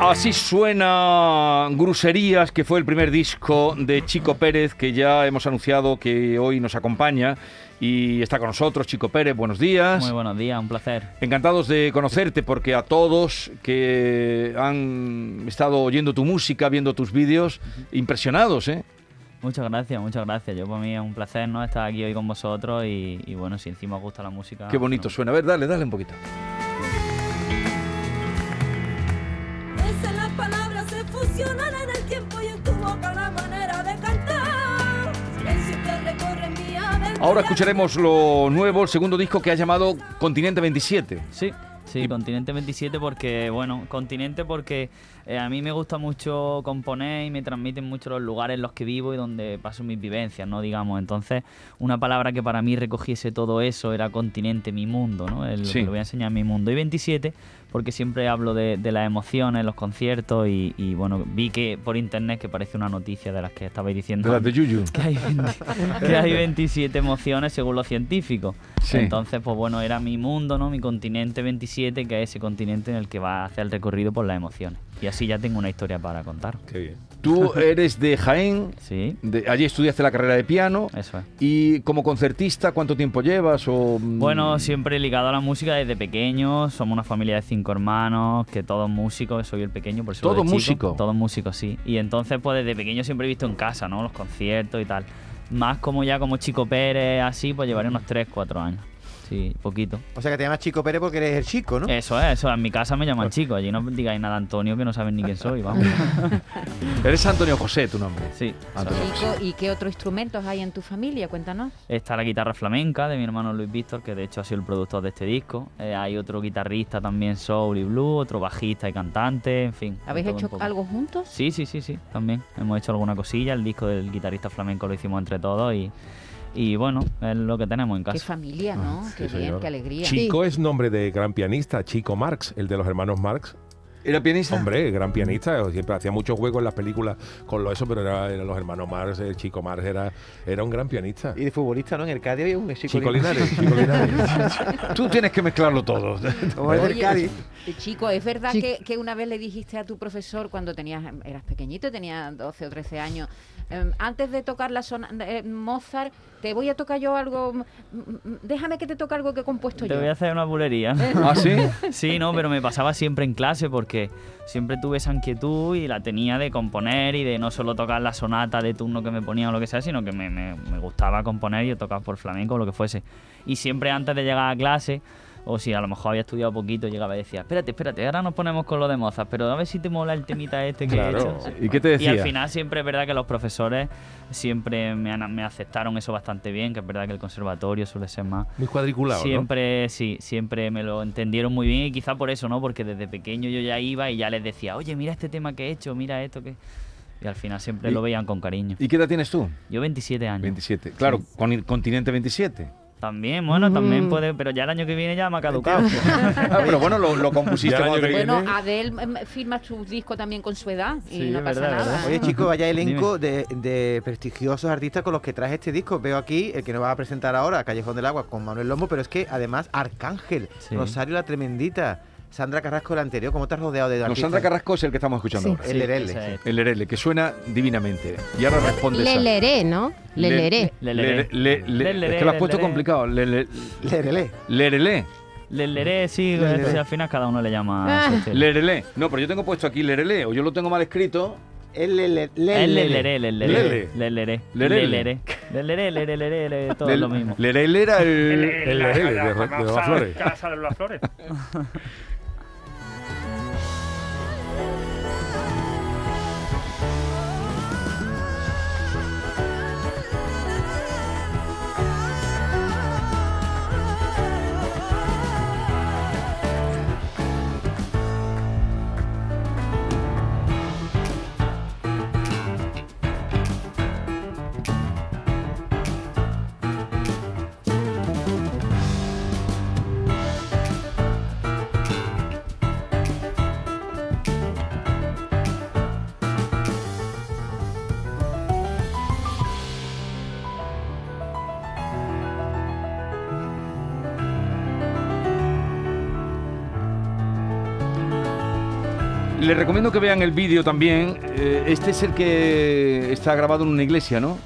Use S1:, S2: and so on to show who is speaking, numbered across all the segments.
S1: Así suena Gruserías, que fue el primer disco de Chico Pérez, que ya hemos anunciado que hoy nos acompaña y está con nosotros. Chico Pérez, buenos días.
S2: Muy buenos días, un placer.
S1: Encantados de conocerte porque a todos que han estado oyendo tu música, viendo tus vídeos, impresionados, ¿eh?
S2: Muchas gracias, muchas gracias. Yo para mí es un placer ¿no? estar aquí hoy con vosotros y, y bueno, si encima os gusta la música.
S1: Qué bonito
S2: bueno,
S1: suena. A ver, dale, dale un poquito.
S3: Veces las palabras se fusionan en el tiempo y en tu boca la manera de cantar. Silencio que recorre mi aventura.
S1: Ahora escucharemos lo nuevo, el segundo disco que ha llamado Continente 27.
S2: Sí, sí, Continente 27 porque, bueno, Continente porque eh, a mí me gusta mucho componer y me transmiten mucho los lugares en los que vivo y donde paso mis vivencias, ¿no? Digamos, entonces una palabra que para mí recogiese todo eso era continente, mi mundo, ¿no? El,
S1: Sí.
S2: Lo voy a enseñar mi mundo. Y 27 porque siempre hablo de, de las emociones, los conciertos y, y, bueno, vi que por internet que parece una noticia de las que estabais diciendo.
S1: De las de Yuyu.
S2: que hay, 20 que hay 27 emociones según los científicos.
S1: Sí.
S2: Entonces, pues bueno, era mi mundo, ¿no? Mi continente 27, que es ese continente en el que va a hacer el recorrido por las emociones. Y así ya tengo una historia para contar.
S1: Tú eres de Jaén,
S2: Sí,
S1: de- allí estudiaste la carrera de piano.
S2: eso es.
S1: Y como concertista, ¿cuánto tiempo llevas? O, mm,
S2: Bueno, siempre ligado a la música desde pequeño. Somos una familia de cinco hermanos, que todos músicos, soy el pequeño, por eso lo de
S1: ¿Todos
S2: chico.
S1: músicos?
S2: Todos músicos, sí. Y entonces, pues desde pequeño siempre he visto en casa, ¿no? Los conciertos y tal. Más como ya como Chico Pérez, así, pues llevaré
S1: Mm.
S2: unos 3, 4 años. Sí, poquito.
S4: O sea que te llamas Chico Pérez porque eres el chico, ¿no?
S2: Eso es, eso. En mi casa me
S5: Pues
S2: llaman chico. Allí no digáis nada Antonio que no saben ni quién soy, vamos.
S5: Ah,
S1: Eres Antonio José, tu nombre.
S2: Sí.
S1: Antonio.
S5: Chico, ¿y qué otros instrumentos hay en tu familia? Cuéntanos.
S2: Está la guitarra flamenca de mi hermano Luis Víctor, que de hecho ha sido el productor de este disco. Eh, hay otro guitarrista también, soul y blues, otro bajista y cantante, en fin. de
S5: ¿Habéis
S2: todo un
S5: hecho
S2: poco.
S5: algo juntos?
S2: Sí, sí, sí, sí, también. Hemos hecho alguna cosilla. El disco del guitarrista flamenco lo hicimos entre todos y, y bueno, es lo que tenemos en
S5: Qué
S2: casa.
S5: familia, ¿no?
S2: Ah,
S5: qué bien,
S6: señor.
S5: qué alegría.
S6: Chico es nombre de gran pianista, Chico Marx, el de los hermanos Marx.
S1: ¿Era pianista?
S6: Hombre, gran pianista, siempre hacía muchos juegos en las películas con lo eso, pero era, eran los hermanos Marx, el Chico Marx era, era un gran pianista.
S4: Y de futbolista, ¿no? En el Cádiz hay un Chico,
S6: Chico
S4: Linares.
S6: Linares, Chico Linares.
S1: Tú tienes que mezclarlo todo.
S4: Como es del
S5: Oye,
S4: Cádiz.
S5: Chico, ¿es verdad que, que una vez le dijiste a tu profesor cuando tenías eras pequeñito, tenías 12 o 13 años, em, antes de tocar la zona Mozart, te voy a tocar yo algo, mm, mm, déjame que te toque algo que he compuesto
S2: Te
S5: yo?
S2: voy a hacer una bulería.
S1: ¿Ah, sí?
S2: Sí, no, pero me pasaba siempre en clase porque siempre tuve esa inquietud y la tenía de componer y de no solo tocar la sonata de turno que me ponían o lo que sea, sino que me, me- me gustaba componer y tocar por flamenco o lo que fuese. Y siempre antes de llegar a clase, o si a lo mejor había estudiado poquito, llegaba y decía, espérate, espérate, ahora nos ponemos con lo de Mozart, pero a ver si te mola el temita este que
S6: Claro.
S2: he hecho.
S1: ¿Y qué te decía?
S2: Y al final siempre es verdad que los profesores siempre me, han- me aceptaron eso bastante bien, que es verdad que el conservatorio suele ser más
S6: Muy cuadriculado, ¿no?
S2: Siempre, sí, siempre me lo entendieron muy bien y quizá por eso, ¿no? Porque desde pequeño yo ya iba y ya les decía, oye, mira este tema que he hecho, mira esto que... Y al final siempre
S1: Y-
S2: lo veían con cariño.
S1: ¿Y qué edad tienes tú?
S2: Yo 27 años.
S1: 27. Claro, con el continente 27.
S2: También, bueno,
S7: Mm.
S2: también puede, pero ya el año que viene ya me ha caducado.
S1: Ah, pero bueno, lo, lo compusiste
S6: Ya el
S1: cuando
S6: año que
S1: te-
S6: viene.
S5: Bueno, Adele em, firma sus discos también con su edad y
S2: Sí,
S5: no
S2: es
S5: pasa
S2: verdad,
S5: nada.
S2: ¿verdad?
S5: ¿eh?
S4: Oye, Chico, vaya elenco de, de prestigiosos artistas con los que traes este disco. Veo aquí el que nos va a presentar ahora, Callejón del Agua, con Manuel Lomo, pero es que además Arcángel,
S2: Sí.
S4: Rosario la Tremendita, Sandra Carrasco la anterior. ¿Cómo te has rodeado de
S1: No,
S4: artistas?
S1: Sandra Carrasco es el que estamos escuchando ahora.
S4: El Erele.
S2: ese es.
S1: El Erele, que suena divinamente. Y ahora responde esa.
S8: Leleré, ¿no?
S1: Le-
S8: Leleré.
S2: Le-
S1: Le-
S2: le-
S1: le- le-
S2: Lerele,
S1: Es que lo has puesto
S2: lerele.
S1: complicado. Le- le-
S4: Lerele.
S1: Lerele.
S2: le- leeré, sí,
S4: Le-
S2: sí,
S4: le-
S2: al final cada uno le llama... a su estilo.
S1: Lerele. No, pero yo tengo puesto aquí Lerele, o yo lo tengo mal escrito.
S4: El Lele-
S2: Es
S4: Lele.
S2: le- leeré, le- leeré,
S6: Lele.
S2: le- leeré,
S1: Lerele.
S2: le- leeré, Del lere, lere, lere, lere, todo
S1: Del-
S2: lo mismo.
S1: Lerel era el...
S6: el
S8: la-
S6: L,
S8: la
S6: de- de
S8: famosa
S6: Lola Flores.
S8: Casa de las flores.
S1: Les recomiendo que vean el vídeo también. Eh, Este es el que está grabado en una iglesia, ¿no?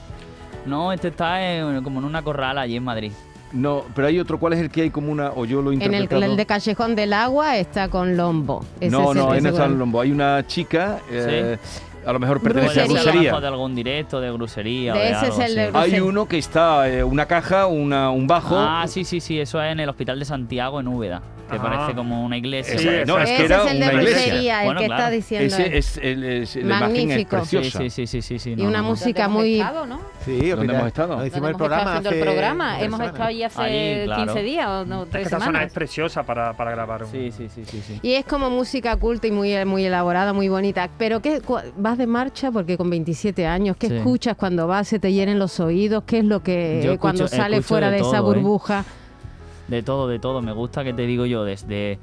S2: No, este está en- como en una corral allí en Madrid.
S1: No, pero hay otro. ¿Cuál es el que hay como una... o yo lo he
S7: En el,
S1: interpretado?
S7: el de Callejón del Agua está con Lombo. Ese
S1: no,
S7: es el
S1: no,
S7: que
S1: en
S7: seguro-
S1: el Lombo. Hay una chica, eh, a lo mejor pertenece
S2: Puede
S7: Brujería.
S2: ser a lo
S1: a
S2: mejor de
S1: brujería.
S2: algún directo, de grusería. o
S7: De
S2: de
S7: ese
S2: algo
S7: es el de
S2: así.
S7: Brujería.
S1: Hay uno que está, eh, una caja, una, un bajo.
S2: Ah, sí, sí, sí, eso es en el Hospital de Santiago, en Úbeda, que
S8: Ah.
S2: parece como una iglesia.
S1: Esa-
S8: Sí,
S1: no, es
S8: exacto.
S1: que
S7: Ese
S1: era
S7: es el de
S1: una iglesia.
S7: brujería, el
S2: Bueno,
S7: que
S2: claro.
S7: está diciendo. él.
S1: Ese es, el, es- la imagen es
S7: Magnífico.
S2: Sí,
S1: preciosa.
S2: sí, sí, sí, sí, sí,
S7: Y
S2: no,
S7: una
S2: no.
S7: música
S5: Música
S7: muy-
S5: muy. ¿no?
S4: Sí,
S1: ¿Dónde hemos estado?
S5: Donde hemos
S4: Nos hicimos el
S5: estado
S4: programa.
S5: haciendo
S4: hace
S5: el programa.
S4: tres
S5: Hemos
S4: semanas.
S5: estado allí hace
S2: Ahí, claro.
S5: 15 días o no,
S8: Es que
S5: 3
S8: esta zona es
S5: semanas.
S8: preciosa para, para grabar. un-
S2: Sí, sí, sí, sí, sí.
S7: Y es como música culta y muy, muy elaborada, muy bonita. Pero ¿qué, cua- ¿vas de marcha? Porque con 27 años, ¿qué
S2: Sí.
S7: escuchas cuando vas? ¿Se te llenen los oídos? ¿Qué es lo que
S2: Yo
S7: cuando
S2: escucho-
S7: sale
S2: escucho
S7: fuera
S2: de
S7: de,
S2: todo,
S7: esa
S2: ¿eh?
S7: burbuja?
S2: De todo, de todo. Me gusta que te digo yo, desde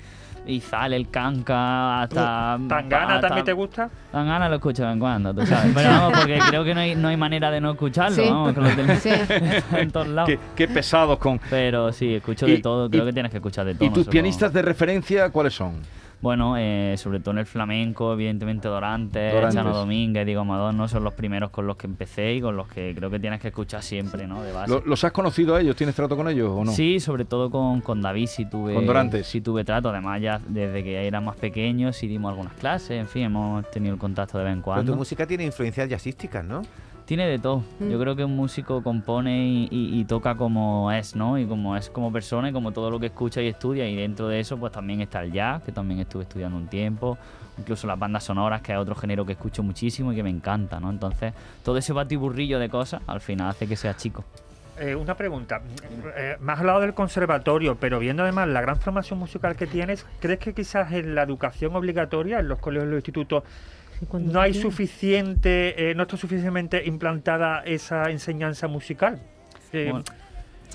S2: Izal, el Canca, hasta.
S1: Uh,
S8: ¿Tangana
S2: hasta-
S8: también te gusta?
S2: Tangana lo escucho de vez en cuando, tú sabes. Pero vamos, porque creo que no hay, no hay manera de no escucharlo.
S7: Sí.
S2: Vamos, que lo tenemos
S7: Sí.
S2: en todos lados.
S1: Qué, qué pesados con...
S2: Pero sí, escucho
S1: Y-
S2: de todo. Creo
S1: y-
S2: que tienes que escuchar de todo.
S1: ¿Y
S2: no
S1: tus
S2: solo-
S1: pianistas de referencia cuáles son?
S2: Bueno, eh, sobre todo en el flamenco, evidentemente Dorantes,
S1: Dorantes.
S2: Chano Domínguez, Diego Amador, ¿no? Son los primeros con los que empecé y con los que creo que tienes que escuchar siempre, ¿no? De base.
S1: ¿Lo- ¿Los has conocido a ellos? ¿Tienes trato con ellos o no?
S2: Ah, Sí, sobre todo con, con David sí tuve,
S1: Con Dorantes.
S2: sí tuve trato, además ya desde que era más pequeño sí dimos algunas clases, en fin, hemos tenido el contacto de vez en
S4: Pero tu
S2: cuando.
S4: música tiene influencias jazzísticas, ¿no?
S2: Tiene de todo,
S7: Mm.
S2: yo creo que un músico compone y, y- y toca como es, ¿no? Y como es como persona y como todo lo que escucha y estudia y dentro de eso pues también está el jazz, que también estuve estudiando un tiempo, incluso las bandas sonoras, que es otro género que escucho muchísimo y que me encanta, ¿no? Entonces todo ese batiburrillo de cosas al final hace que sea chico.
S8: Eh, una pregunta. Eh, me has hablado del conservatorio, pero viendo además la gran formación musical que tienes, ¿crees que quizás en la educación obligatoria, en los colegios y los institutos, no hay suficiente, eh, no está suficientemente implantada esa enseñanza musical? Eh,
S2: Bueno,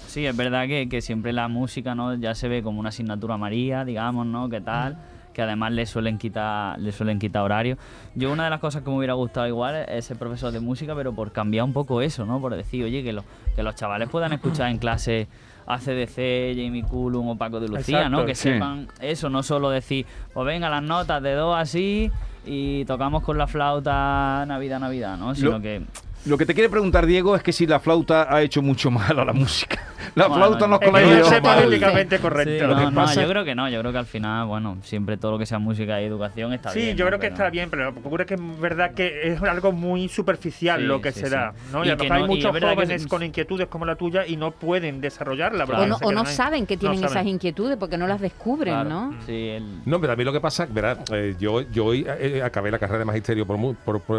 S2: Sí, es verdad que, que siempre la música ¿no? ya se ve como una asignatura María, digamos, ¿no? ¿Qué tal? Que además le suelen quitar, le suelen quitar horario. Yo una de las cosas que me hubiera gustado igual es ser profesor de música, pero por cambiar un poco eso, ¿no? Por decir, oye, que los, que los chavales puedan escuchar en clase ACDC, Jamie Cullum o Paco de Lucía, ¿no?
S8: Exacto,
S2: Que
S1: sí.
S2: sepan eso, no solo decir, pues venga, las notas de dos así y tocamos con la flauta Navidad, Navidad, ¿no? Sino que...
S1: Lo que te quiere preguntar, Diego, es que si la flauta ha hecho mucho mal a la música. La
S2: Bueno,
S1: flauta nos
S2: es
S8: es
S2: con la
S8: que no
S1: colegios.
S8: es
S2: idioma,
S8: políticamente
S2: Sí,
S8: correcto.
S2: no,
S1: que
S2: no,
S1: pasa-
S2: yo creo que no, yo creo que al final, bueno, siempre todo lo que sea música y educación está
S8: Sí,
S2: bien.
S8: yo
S2: ¿no?
S8: creo que
S2: Pero-
S8: está bien, pero lo que ocurre es que es verdad que es algo muy superficial
S2: Sí,
S8: lo que
S2: sí,
S8: se
S2: sí.
S8: da. ¿no? Y,
S2: Y
S8: a lo
S2: que
S8: mejor hay
S2: no- y es
S8: muchos
S2: verdad que
S8: jóvenes
S2: se-
S8: con inquietudes como la tuya y no pueden desarrollarla. porque
S5: O no,
S8: se
S5: o
S8: quedan
S5: no
S8: ahí.
S5: saben que
S8: No
S5: tienen
S8: saben.
S5: esas inquietudes porque no las descubren,
S2: Claro, Mm.
S5: ¿no?
S2: Sí, el-
S6: No, pero a mí lo que pasa, verá, eh, yo, yo eh, acabé la carrera de magisterio por, mu- por- por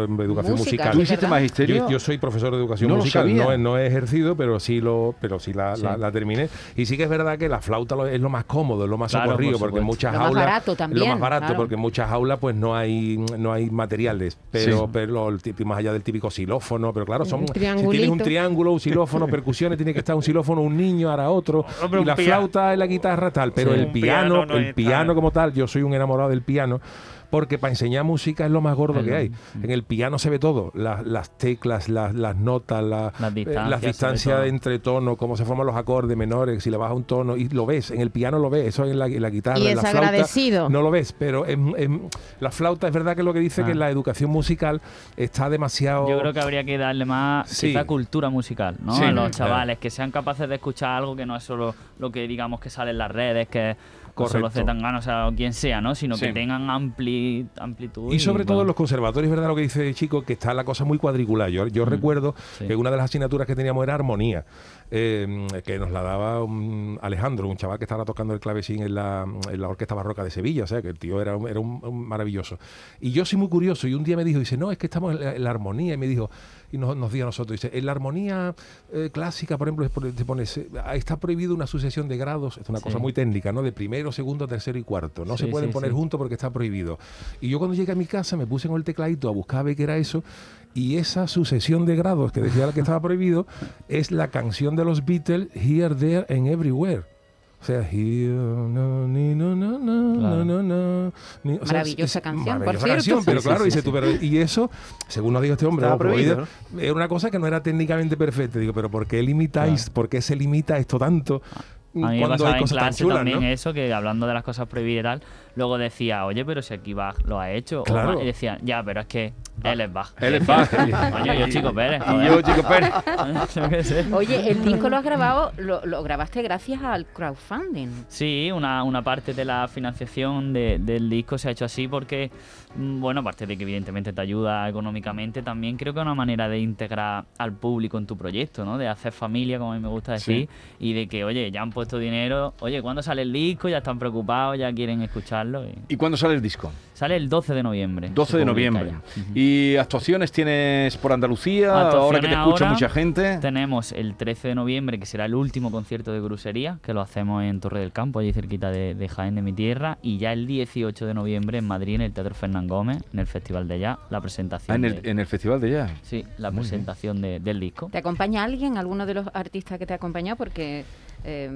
S5: Música,
S6: educación musical.
S1: ¿Tú hiciste magisterio?
S6: Yo, yo soy profesor de educación
S1: No lo
S6: musical,
S1: sabía.
S6: no, he- no he ejercido, pero sí lo, pero sí la, la- la terminé. Y sí que es verdad que la flauta lo- es lo más cómodo, es lo más
S2: Claro,
S6: socorrido,
S2: por
S6: porque en
S2: supuesto.
S6: muchas
S5: Lo más
S6: aulas.
S5: barato también,
S6: Lo más barato,
S5: claro.
S6: porque en muchas aulas pues no hay, no hay materiales. Pero,
S1: Sí.
S6: pero el típico- más allá del típico xilófono, pero claro, son
S7: Un
S6: si tienes un
S7: triangulito.
S6: triángulo, un xilófono, percusiones, tiene que estar un xilófono, un niño, ahora otro,
S8: Hombre,
S6: y
S8: un
S6: la
S8: pia-
S6: flauta y la guitarra tal. Pero
S8: Sí.
S6: el
S8: Un
S6: piano,
S8: piano no
S6: el
S8: es
S6: piano
S8: tan-
S6: como tal, yo soy un enamorado del piano. Porque para enseñar música es lo más gordo que hay. En el piano se ve todo. Las, las teclas, las, las notas, la-
S2: Las
S6: eh,
S2: distancias,
S6: las
S2: sobre
S6: distancias
S2: todo.
S6: entre tonos, cómo se forman los acordes menores, si le bajas un tono. Y lo ves, en el piano lo ves. Eso en la, en la guitarra,
S7: Y
S6: en
S7: es
S6: la flauta.
S7: agradecido.
S6: No lo ves, pero en, en- la flauta es verdad que lo que dice
S2: Ah.
S6: que la educación musical está demasiado...
S2: yo creo que habría que darle más
S6: Sí.
S2: quizá cultura musical, ¿no?
S1: Sí,
S2: a
S1: claro.
S2: los chavales, que sean capaces de escuchar algo que no es solo lo que digamos que sale en las redes, que es solo
S6: Correcto.
S2: Zetangana, o sea, o quien sea, ¿no? Sino
S1: Sí.
S2: que tengan ampli- amplitud.
S6: Y sobre todo en
S2: bueno.
S6: los conservatorios, ¿verdad? Lo que dice Chico, que está la cosa muy cuadricular. Yo, yo recuerdo
S2: Mm, sí.
S6: que una de las asignaturas que teníamos era armonía, eh, que nos la daba un Alejandro, un chaval que estaba tocando el clavecín en la, en la Orquesta Barroca de Sevilla, o sea, que el tío era, un- era un, un maravilloso. Y yo soy muy curioso, y un día me dijo, dice, no, es que estamos en la, en la armonía, y me dijo, y nos, nos dijo a nosotros, dice, en la armonía eh, clásica, por ejemplo, es por- te pones, eh, está prohibido una sucesión de grados, es una
S2: Sí.
S6: cosa muy técnica, ¿no? De primero, segundo, tercero y cuarto, no
S2: Sí,
S6: se pueden
S2: sí,
S6: poner
S2: sí.
S6: juntos porque está prohibido. Y yo cuando llegué a mi casa me puse con el tecladito a buscar a ver qué era eso. Y esa sucesión de grados que decía la que estaba prohibido es la canción de los Beatles, Here, There and Everywhere. O sea, here, no, ni, no, no, no,
S2: Claro.
S6: no, no, no, ni- o sea,
S5: Maravillosa
S6: es- es
S5: canción, por
S6: maravillosa
S5: cierto.
S6: canción, pero
S2: Sí, sí,
S6: claro,
S2: sí,
S6: dice
S2: sí.
S6: tú, pero y eso, según nos dijo este hombre,
S4: Estaba
S6: vamos,
S4: prohibido,
S6: prohibido, era una cosa que no era técnicamente perfecta. Digo, pero ¿por qué limitáis?
S2: Claro.
S6: ¿Por qué se limita esto tanto?
S2: A mí me
S6: cuando
S2: pasaba
S6: hay
S2: en
S6: cosas tan
S2: clase
S6: chulas,
S2: también
S6: ¿no?
S2: eso, que hablando de las cosas prohibidas y tal, luego decía, oye, pero si aquí Bach lo ha hecho. o
S6: Claro.
S2: Bach- y decían, ya, pero es que él es Bach.
S1: Él es Bach.
S2: Coño, yo Chico Pérez.
S1: Y yo, Chico Pérez.
S2: Pérez. yo qué sé.
S5: Oye, el disco lo has grabado, lo, lo grabaste gracias al crowdfunding.
S2: Sí, una, una parte de la financiación de- del disco se ha hecho así porque, mm, bueno, aparte de que evidentemente te ayuda económicamente, también creo que es una manera de integrar al público en tu proyecto, ¿no? De hacer familia, como a mí me gusta decir, y de que, oye, ya han puesto dinero, oye, ¿cuándo sale el disco? Ya están preocupados, ya quieren escucharlo. y-
S1: ¿Y cuándo sale el disco?
S2: Sale el 12 de noviembre.
S1: 12
S2: se
S1: de
S2: publica
S1: noviembre.
S2: ya. Ujú.
S1: ¿Y actuaciones tienes por Andalucía? ahora que te
S2: Actuaciones
S1: escucha
S2: ahora,
S1: mucha gente.
S2: Tenemos el 13 de noviembre, que será el último concierto de Grusería, que lo hacemos en Torre del Campo, allí cerquita de, de Jaén, de mi tierra. Y ya el 18 de noviembre en Madrid, en el Teatro Fernán Gómez, en el Festival de Allá, la presentación.
S1: Ah, en, el,
S2: de-
S1: en el festival de ya.
S2: Sí, la
S1: Muy bien.
S2: presentación de- del disco.
S5: ¿Te acompaña alguien, alguno de los artistas que te ha acompañado? Porque eh,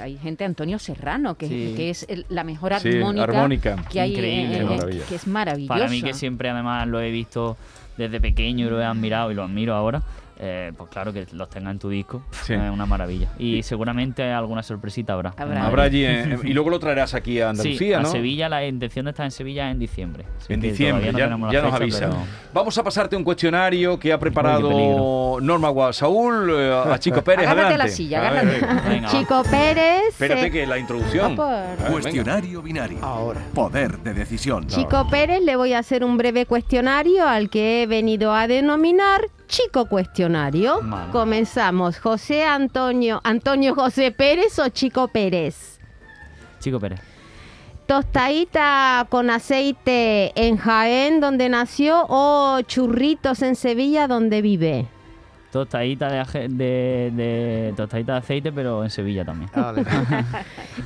S5: hay gente, Antonio Serrano, que,
S2: Sí.
S5: que es el- la mejor
S1: Sí,
S5: armónica,
S1: armónica.
S5: que hay,
S2: Increíble.
S5: eh,
S2: Qué
S5: eh,
S1: maravilla.
S5: que es maravillosa.
S2: Para mí, que siempre además lo he visto desde pequeño y lo he admirado y lo admiro ahora. eh, pues claro que los tenga en tu disco,
S1: Sí.
S2: es una maravilla. Y seguramente alguna sorpresita habrá.
S5: Habrá.
S1: Habrá allí. en- y luego lo traerás aquí a
S2: sí,
S1: Andalucía,
S2: a
S1: ¿no?
S2: Sevilla, la intención de estar en Sevilla es en diciembre. Así
S1: En
S2: que
S1: diciembre,
S2: todavía no
S1: ya,
S2: tenemos la
S1: ya nos
S2: fecha,
S1: avisa.
S2: pero-
S1: Vamos a pasarte un cuestionario que ha preparado
S2: peligro.
S1: Norma Guasaúl eh, a Chico Pérez.
S5: Agárrate a
S1: adelante.
S5: la silla,
S1: A ver,
S5: agárrate.
S1: venga.
S2: Venga, va.
S7: Chico Pérez.
S1: Espérate
S7: eh,
S1: que la introducción.
S5: Ah,
S1: A ver, venga.
S9: Cuestionario binario.
S4: Ahora.
S9: Poder de decisión.
S7: Chico Pérez, le voy a hacer un breve cuestionario al que he venido a denominar Chico Cuestionario.
S2: Vale.
S7: Comenzamos. José Antonio, Antonio José Pérez o Chico Pérez.
S2: Chico Pérez.
S7: Tostadita con aceite Eh, en Jaén, donde nació, o churritos en Sevilla, donde vive.
S2: Tostadita de, aje- de, de- tostadita de aceite, pero en Sevilla también.
S4: Ah, Vale.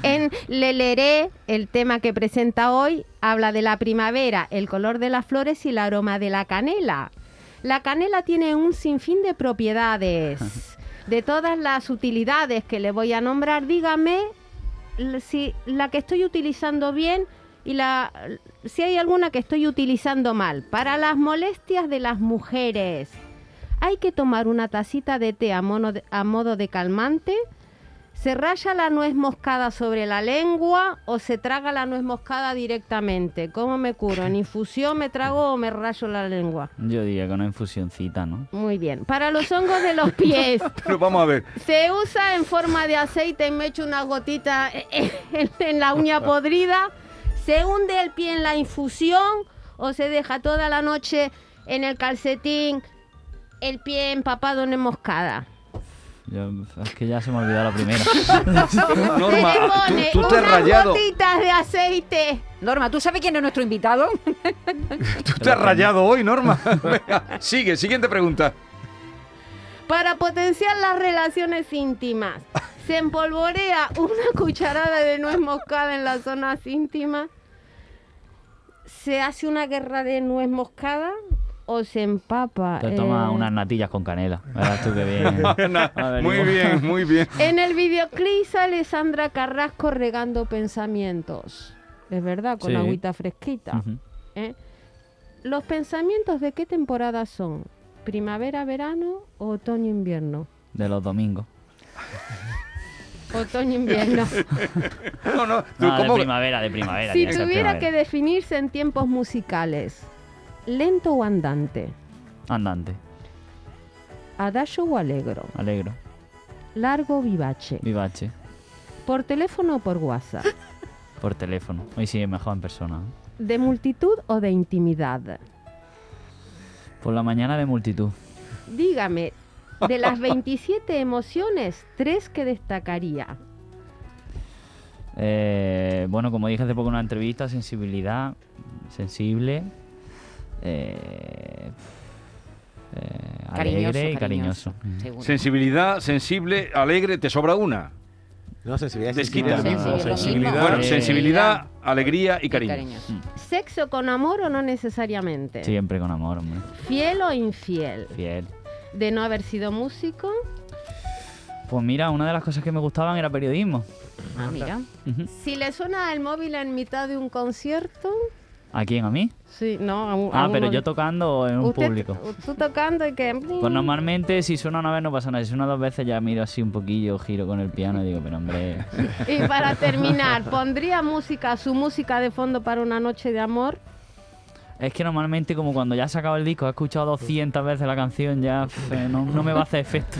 S7: En Le Leeré, el tema que presenta hoy, habla de la primavera, el color de las flores y el aroma de la canela. La canela tiene un sinfín de propiedades. De todas las utilidades que le voy a nombrar, dígame l- si la que estoy utilizando bien y la si hay alguna que estoy utilizando mal. Para las molestias de las mujeres, hay que tomar una tacita de té a mono de- a modo de calmante. ¿Se raya la nuez moscada sobre la lengua o se traga la nuez moscada directamente? ¿Cómo me curo? ¿En infusión me trago o me rayo la lengua?
S2: Yo diría que una infusioncita, ¿no?
S7: Muy bien. Para los hongos de los pies,
S1: Pero vamos a ver.
S7: se usa en forma de aceite y me echo una gotita eh, en, en la uña podrida. ¿Se hunde el pie en la infusión o se deja toda la noche en el calcetín el pie empapado en moscada?
S2: Yo- es que ya se me ha olvidado la primera.
S1: Norma,
S7: se le
S1: tú,
S7: pone
S1: tú te has
S7: unas
S1: rayado.
S7: gotitas de aceite.
S5: Norma, ¿tú sabes quién es nuestro invitado?
S1: Tú te has rayado hoy, Norma. Venga, sigue, siguiente pregunta.
S7: para potenciar las relaciones íntimas. Se empolvorea una cucharada de nuez moscada en las zonas íntimas. Se hace una guerra de nuez moscada o se empapa.
S2: Te
S7: eh,
S2: toma unas natillas con canela. Verás tú qué bien.
S1: Muy bien, muy bien.
S7: En el videoclip sale Sandra Carrasco regando pensamientos. Es verdad, con
S2: Sí.
S7: agüita fresquita.
S2: Ujú.
S7: ¿eh? ¿Los pensamientos de qué temporada son? ¿Primavera, verano o otoño-invierno?
S2: De los domingos.
S7: Otoño-invierno.
S1: No, no, tú,
S2: No, Ah, de
S1: ¿cómo?
S2: primavera, de primavera.
S7: Si
S2: tiene ser
S7: tuviera que
S2: primavera.
S7: definirse en tiempos musicales, lento o andante,
S2: Andante,
S7: adagio o alegro,
S2: alegro,
S7: largo o vivache,
S2: vivache,
S7: por teléfono o por WhatsApp,
S2: por teléfono. Hoy sí, mejor en persona. ¿eh?
S7: ¿De multitud o de intimidad?
S2: Por la mañana de multitud.
S7: Dígame, de las 27 emociones, tres que destacaría.
S2: Eh, bueno, como dije hace poco en una entrevista, sensibilidad, sensible, eh, eh,
S5: Cariñoso, cariñoso.
S2: alegre y cariñoso.
S5: seguro.
S1: Sensibilidad, sensible, alegre, te sobra una.
S4: No, sensibilidad.
S1: Desquita.
S4: sensibilidad.
S5: Sensibilidad, lo
S6: sensibilidad.
S5: mismo.
S1: Bueno,
S2: Eh,
S1: sensibilidad, alegría y cariño.
S2: Mm.
S5: cariñoso.
S7: ¿Sexo con amor o no necesariamente?
S2: Siempre con amor, hombre.
S7: ¿Fiel o infiel?
S2: Fiel.
S7: ¿De no haber sido músico?
S2: Pues mira, una de las cosas que me gustaban era periodismo.
S5: Ah, mira.
S7: Si le suena el móvil en mitad de un concierto,
S2: ¿A quién? ¿A mí?
S7: sí, no, a un, a
S2: Ah,
S7: un
S2: pero
S7: móvil.
S2: yo tocando en un
S7: Uh, Usted-
S2: público.
S7: Tú tocando y que...
S2: Pues normalmente si suena una vez no pasa nada, si suena dos veces ya miro así un poquillo, giro con el piano y digo, pero hombre,
S7: Y para terminar, ¿pondría música, su música de fondo para una noche de amor?
S2: es que normalmente como cuando ya has sacado el disco, he escuchado 200 veces la canción, ya pf, eh, no, no me va a hacer efecto.